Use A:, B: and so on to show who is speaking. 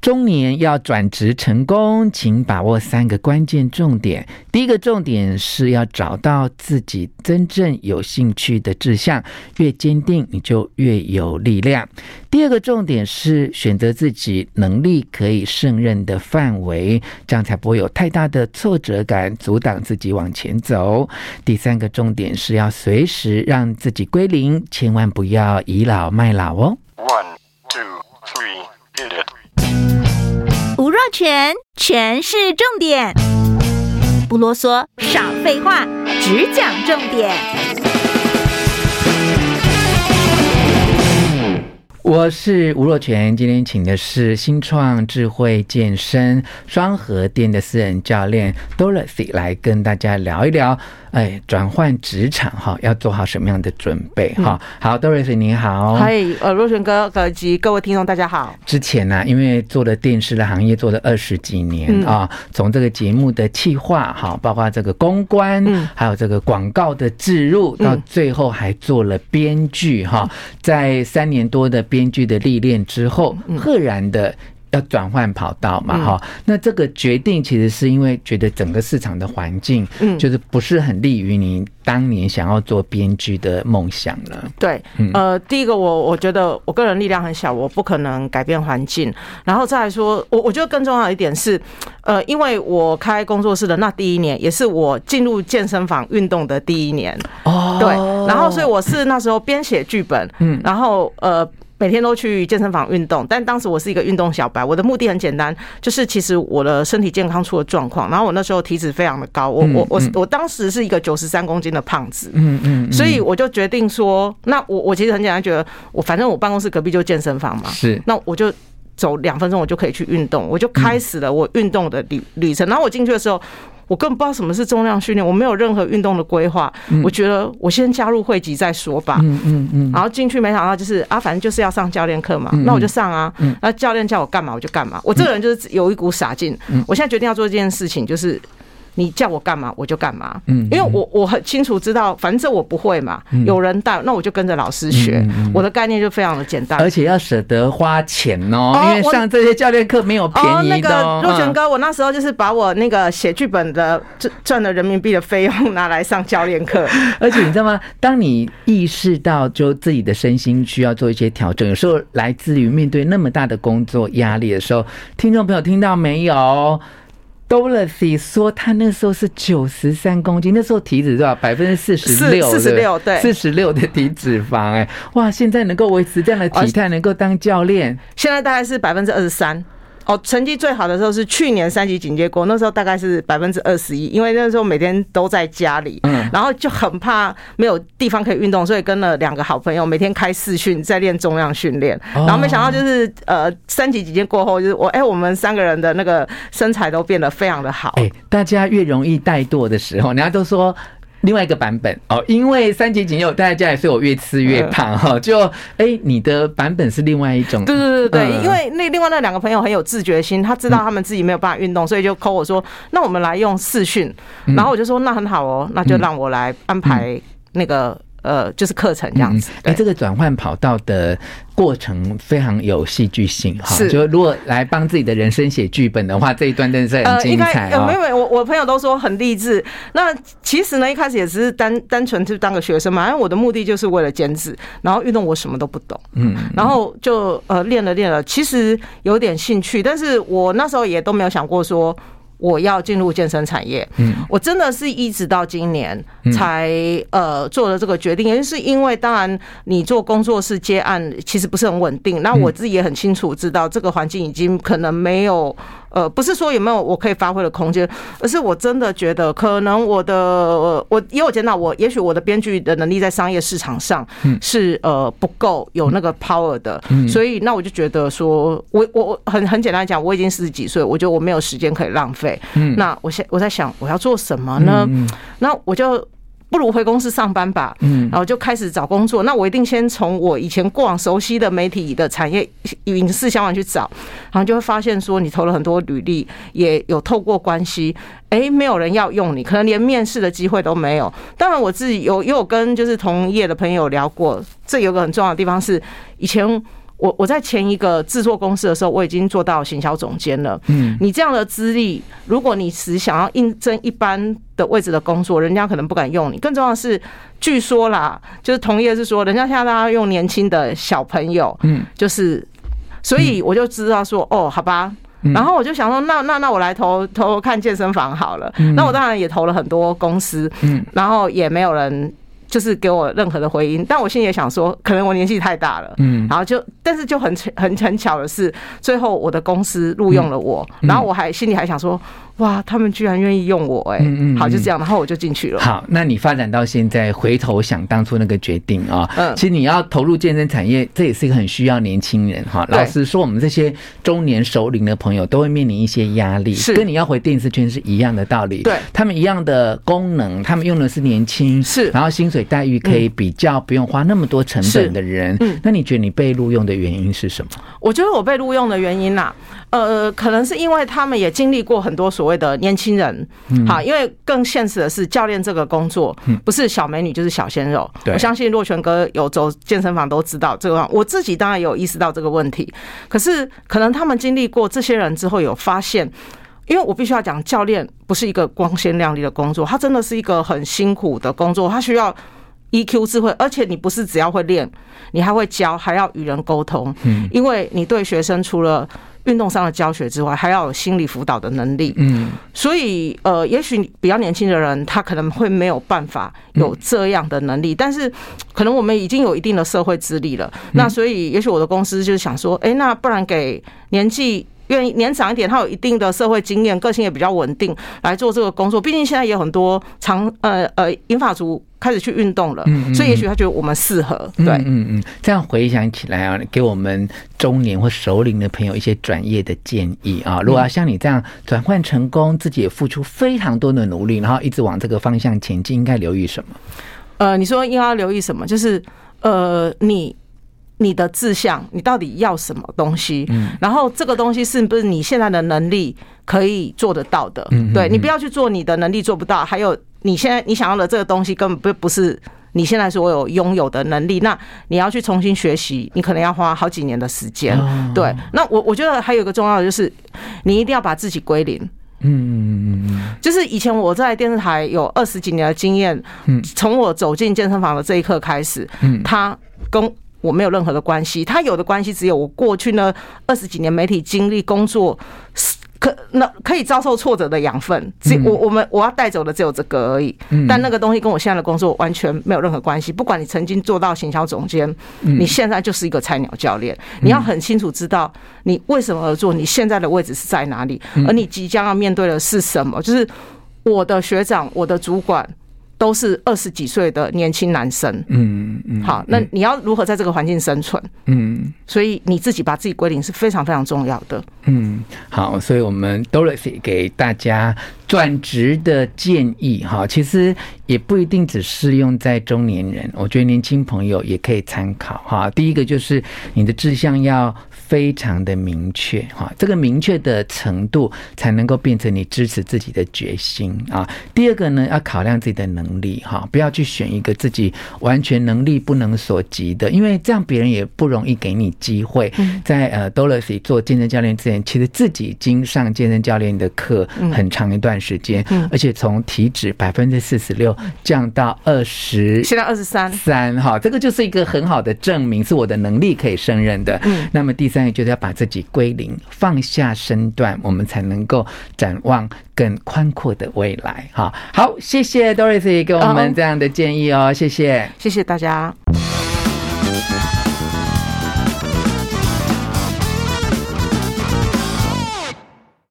A: 中年要转职成功，请把握三个关键重点。第一个重点是要找到自己真正有兴趣的志向，越坚定你就越有力量。第二个重点是选择自己能力可以胜任的范围，这样才不会有太大的挫折感阻挡自己往前走。第三个重点是要随时让自己归零，千万不要倚老卖老哦。
B: One, two, three, hit it.
C: 吴若全，全是重点，不啰嗦，少废话，只讲重点。
A: 我是吴若泉，今天请的是新创智慧健身双核店的私人教练 Dorothy 来跟大家聊一聊，哎，转换职场哈，要做好什么样的准备哈、好，Dorothy 你好。
D: 嗨，呃，若璇哥哥及各位听众，大家好。
A: 之前呢、因为做了电视的行业，做了二十几年
D: 嗯
A: 啊、从这个节目的企划哈，包括这个公关，
D: 嗯
A: 还有这个广告的植入，到最后还做了编剧
D: 嗯
A: 哈。在三年多的编剧的历练之后，
D: 嗯
A: 赫然的。要转换跑道嘛，哈、那这个决定其实是因为觉得整个市场的环境，
D: 嗯
A: 就是不是很利于你当年想要做编剧的梦想了，
D: 对，呃，第一个我我觉得我个人力量很小，我不可能改变环境。然后再来说，我我觉得更重要的一点是，呃，因为我开工作室的那第一年，也是我进入健身房运动的第一年。
A: 哦
D: 对，然后所以我是那时候边写剧本，嗯，然后呃。每天都去健身房运动，但当时我是一个运动小白，我的目的很简单，就是其实我的身体健康出了状况，然后我那时候体脂非常的高，我我我我当时是一个九十三公斤的胖子，
A: 嗯嗯，嗯
D: 所以我就决定说，那我我其实很简单，觉得我反正我办公室隔壁就健身房嘛，
A: 是
D: 那我就走两分钟，我就可以去运动，我就
A: 嗯
D: 开始了我运动的旅旅程。然后我进去的时候，我根本不知道什么是重量训练，我没有任何运动的规划，我觉得我先加入会籍再说吧。
A: 嗯嗯嗯，
D: 然后进去没想到就是啊，反正就是要上教练课嘛，那我就上啊。
A: 嗯
D: 那教练叫我干嘛我就干嘛，我这个人就是有一股傻劲。
A: 嗯
D: 我现在决定要做这件事情，就是你叫我干嘛我就干嘛。
A: 嗯
D: 因为我我很清楚知道，反正这我不会嘛，有人带那我就跟着老师学。我的概念就非常的简单，
A: 嗯而且要舍得花钱哦，
D: 哦
A: 因为上这些教练课没有便宜的
D: 哦。那个若泉
A: 嗯
D: 哥，我那时候就是把我那个写剧本的赚赚的人民币的费用拿来上教练课。
A: 而且你知道吗？当你意识到就自己的身心需要做一些调整，有时候来自于面对那么大的工作压力的时候，听众朋友听到没有？Dorothy 说，她那时候是九十三公斤，那时候体脂多少？百分之四十六，
D: 46对
A: 四十六的体脂肪、哎，哇！现在能够维持这样的体态，能够当教练，
D: 现在大概是百分之二十三。哦，成绩最好的时候是去年三级警戒过，那时候大概是百分之二十一，因为那时候每天都在家里，
A: 嗯
D: 然后就很怕没有地方可以运动，所以跟了两个好朋友每天开视讯在练重量训练，
A: 哦
D: 然后没想到就是呃三级警戒过后，就是我哎、我们三个人的那个身材都变得非常的好，
A: 哎、大家越容易怠惰的时候，人家都说。另外一个版本哦，因为三级警戒，大家也说我越吃越胖哈、哦，就哎、你的版本是另外一种，
D: 嗯对对对对，
A: 嗯
D: 因为那另外那两个朋友很有自觉心，他知道他们自己没有办法运
A: 嗯
D: 动，所以就 call 我说，那我们来用视讯，然后我就说那很好哦，那就让我来安排
A: 嗯
D: 那个呃就是课程这样子。
A: 哎、
D: 对
A: 这个转换跑道的过程非常有戏剧性哈，
D: 是
A: 就如果来帮自己的人生写剧本的话，这一段真的是很
D: 呃，应
A: 精
D: 该
A: 彩
D: 呃，没
A: 哦。
D: 有没有，我我朋友都说很励志。那其实呢，一开始也只是单单纯就当个学生嘛，因为我的目的就是为了减脂，然后运动我什么都不懂，
A: 嗯，
D: 然后就呃练了练了，其实有点兴趣，但是我那时候也都没有想过说我要进入健身产业。嗯，我真的是一直到今年才呃做了这个决定，因为是因为当然你做工作室接案其实不是很稳定，那我自己也很清楚知道这个环境已经可能没有。呃，不是说有没有我可以发挥的空间，而是我真的觉得，可能我的呃我也有检讨，我也许我的编剧的能力在商业市场上是呃不够有那个 power 的，所以那我就觉得说，我我我很很简单地讲，我已经四十几岁，我觉得我没有时间可以浪费，那我现我在想我要做什么呢？
A: 嗯
D: 那我就。不如回公司上班吧，嗯，然后就开始找工作。那我一定先从我以前过往熟悉的媒体的产业、影视相关去找，然后就会发现说，你投了很多履历，也有透过关系，哎，没有人要用你，可能连面试的机会都没有。当然，我自己有也有跟就是同业的朋友聊过，这有个很重要的地方是，以前我我在前一个制作公司的时候，我已经做到行销总监了。
A: 嗯
D: 你这样的资历，如果你只想要应征一般的位置的工作，人家可能不敢用你。更重要的是，据说啦，就是同业是说，人家现在大家用年轻的小朋友，
A: 嗯，
D: 就是，所以我就知道说，哦，好吧。
A: 嗯
D: 然后我就想说，那那那我来投投看健身房好了。那我当然也投了很多公司，
A: 嗯，
D: 然后也没有人就是给我任何的回应。但我心里也想说，可能我年纪太大了，
A: 嗯
D: 然后就，但是就很巧很很巧的是，最后我的公司录用了我，
A: 嗯
D: 然后我还心里还想说，哇，他们居然愿意用我、哎、
A: 嗯嗯嗯
D: 好，就这样，然后我就进去了。
A: 好，那你发展到现在，回头想当初那个决定啊、
D: 嗯
A: 其实你要投入健身产业，这也是一个很需要年轻人哈、
D: 对
A: 老实说，我们这些中年熟龄的朋友都会面临一些压力，
D: 是
A: 跟你要回电视圈是一样的道理。
D: 对
A: 他们一样的功能，他们用的是年轻，
D: 是嗯
A: 然后薪水待遇可以比较不用花那么多成
D: 是
A: 本的人。
D: 嗯
A: 那你觉得你被录用的原因是什么？
D: 我觉得我被录用的原因啦、呃，可能是因为他们也经历过很多所谓的年轻人，好、因为更现实的是，教练这个工作不是小美女就是小鲜肉。
A: 对
D: 我相信若泉哥有走健身房都知道这个，我自己当然有意识到这个问题，可是可能他们经历过这些人之后，有发现。因为我必须要讲，教练不是一个光鲜亮丽的工作，它真的是一个很辛苦的工作，它需要 EQ 智慧，而且你不是只要会练，你还会教，还要与人沟通。嗯，因为你对学生除了运动上的教学之外，还要有心理辅导的能力。
A: 嗯，
D: 所以呃，也许比较年轻的人，他可能会没有办法
A: 嗯
D: 有这样的能力，但是可能我们已经有一定的社会资历了，
A: 嗯
D: 那所以也许我的公司就是想说，诶，那不然给年纪。愿意年长一点，他有一定的社会经验，个性也比较稳定，来做这个工作。毕竟现在也有很多长呃呃银发族开始去运动了，
A: 嗯嗯
D: 所以也许他觉得我们适合。
A: 嗯
D: 对，
A: 嗯嗯，这样回想起来啊，给我们中年或熟龄的朋友一些专业的建议啊。如果要像你这样转换成功，自己也付出非常多的努力，然后一直往这个方向前进，应该留意什么？
D: 呃，你说应该要留意什么？就是呃，你你的志向，你到底要什么东西？嗯，然后这个东西是不是你现在的能力可以做得到的？
A: 嗯嗯
D: 对
A: 嗯
D: 你不要去做你的能力做不到，还有你现在你想要的这个东西根本不不是。你现在所有拥有的能力，那你要去重新学习，你可能要花好几年的时间。
A: 哦
D: 对，那我我觉得还有一个重要的就是，你一定要把自己归零。
A: 嗯嗯嗯
D: 就是以前我在电视台有二十几年的经验，从我走进健身房的这一刻开始，
A: 嗯
D: 他跟我没有任何的关系，他有的关系只有我过去呢二十几年媒体经历工作。可那可以遭受挫折的养分，只我我们我要带走的只有这个而已。
A: 嗯
D: 但那个东西跟我现在的工作完全没有任何关系。不管你曾经做到行销总监，
A: 嗯
D: 你现在就是一个菜鸟教练，你要很清楚知道你为什么而做，你现在的位置是在哪里，
A: 嗯
D: 而你即将要面对的是什么。就是我的学长，我的主管都是二十几岁的年轻男生。
A: 嗯嗯
D: 好，那你要如何在这个环境生存？
A: 嗯
D: 所以你自己把自己归零是非常非常重要的。
A: 嗯，好，所以我们 Dorothy 给大家转职的建议哈，其实也不一定只适用在中年人，我觉得年轻朋友也可以参考哈。第一个就是你的志向要非常的明确哈，这个明确的程度才能够变成你支持自己的决心啊。第二个呢，要考量自己的能力哈，不要去选一个自己完全能力不能所及的，因为这样别人也不容易给你机会。在呃 Dorothy 做健身教练之前，其实自己已经上健身教练的课很长一段时间，而且从体脂百分之四十六降到二十
D: 现在二十三，
A: 三哈，这个就是一个很好的证明，是我的能力可以胜任的。
D: 嗯
A: 那么第三个就是要把自己归零，放下身段，我们才能够展望更宽阔的未来哈。好，谢谢 Doris 给我
D: 哦
A: 们这样的建议哦，谢谢。
D: 谢谢大家。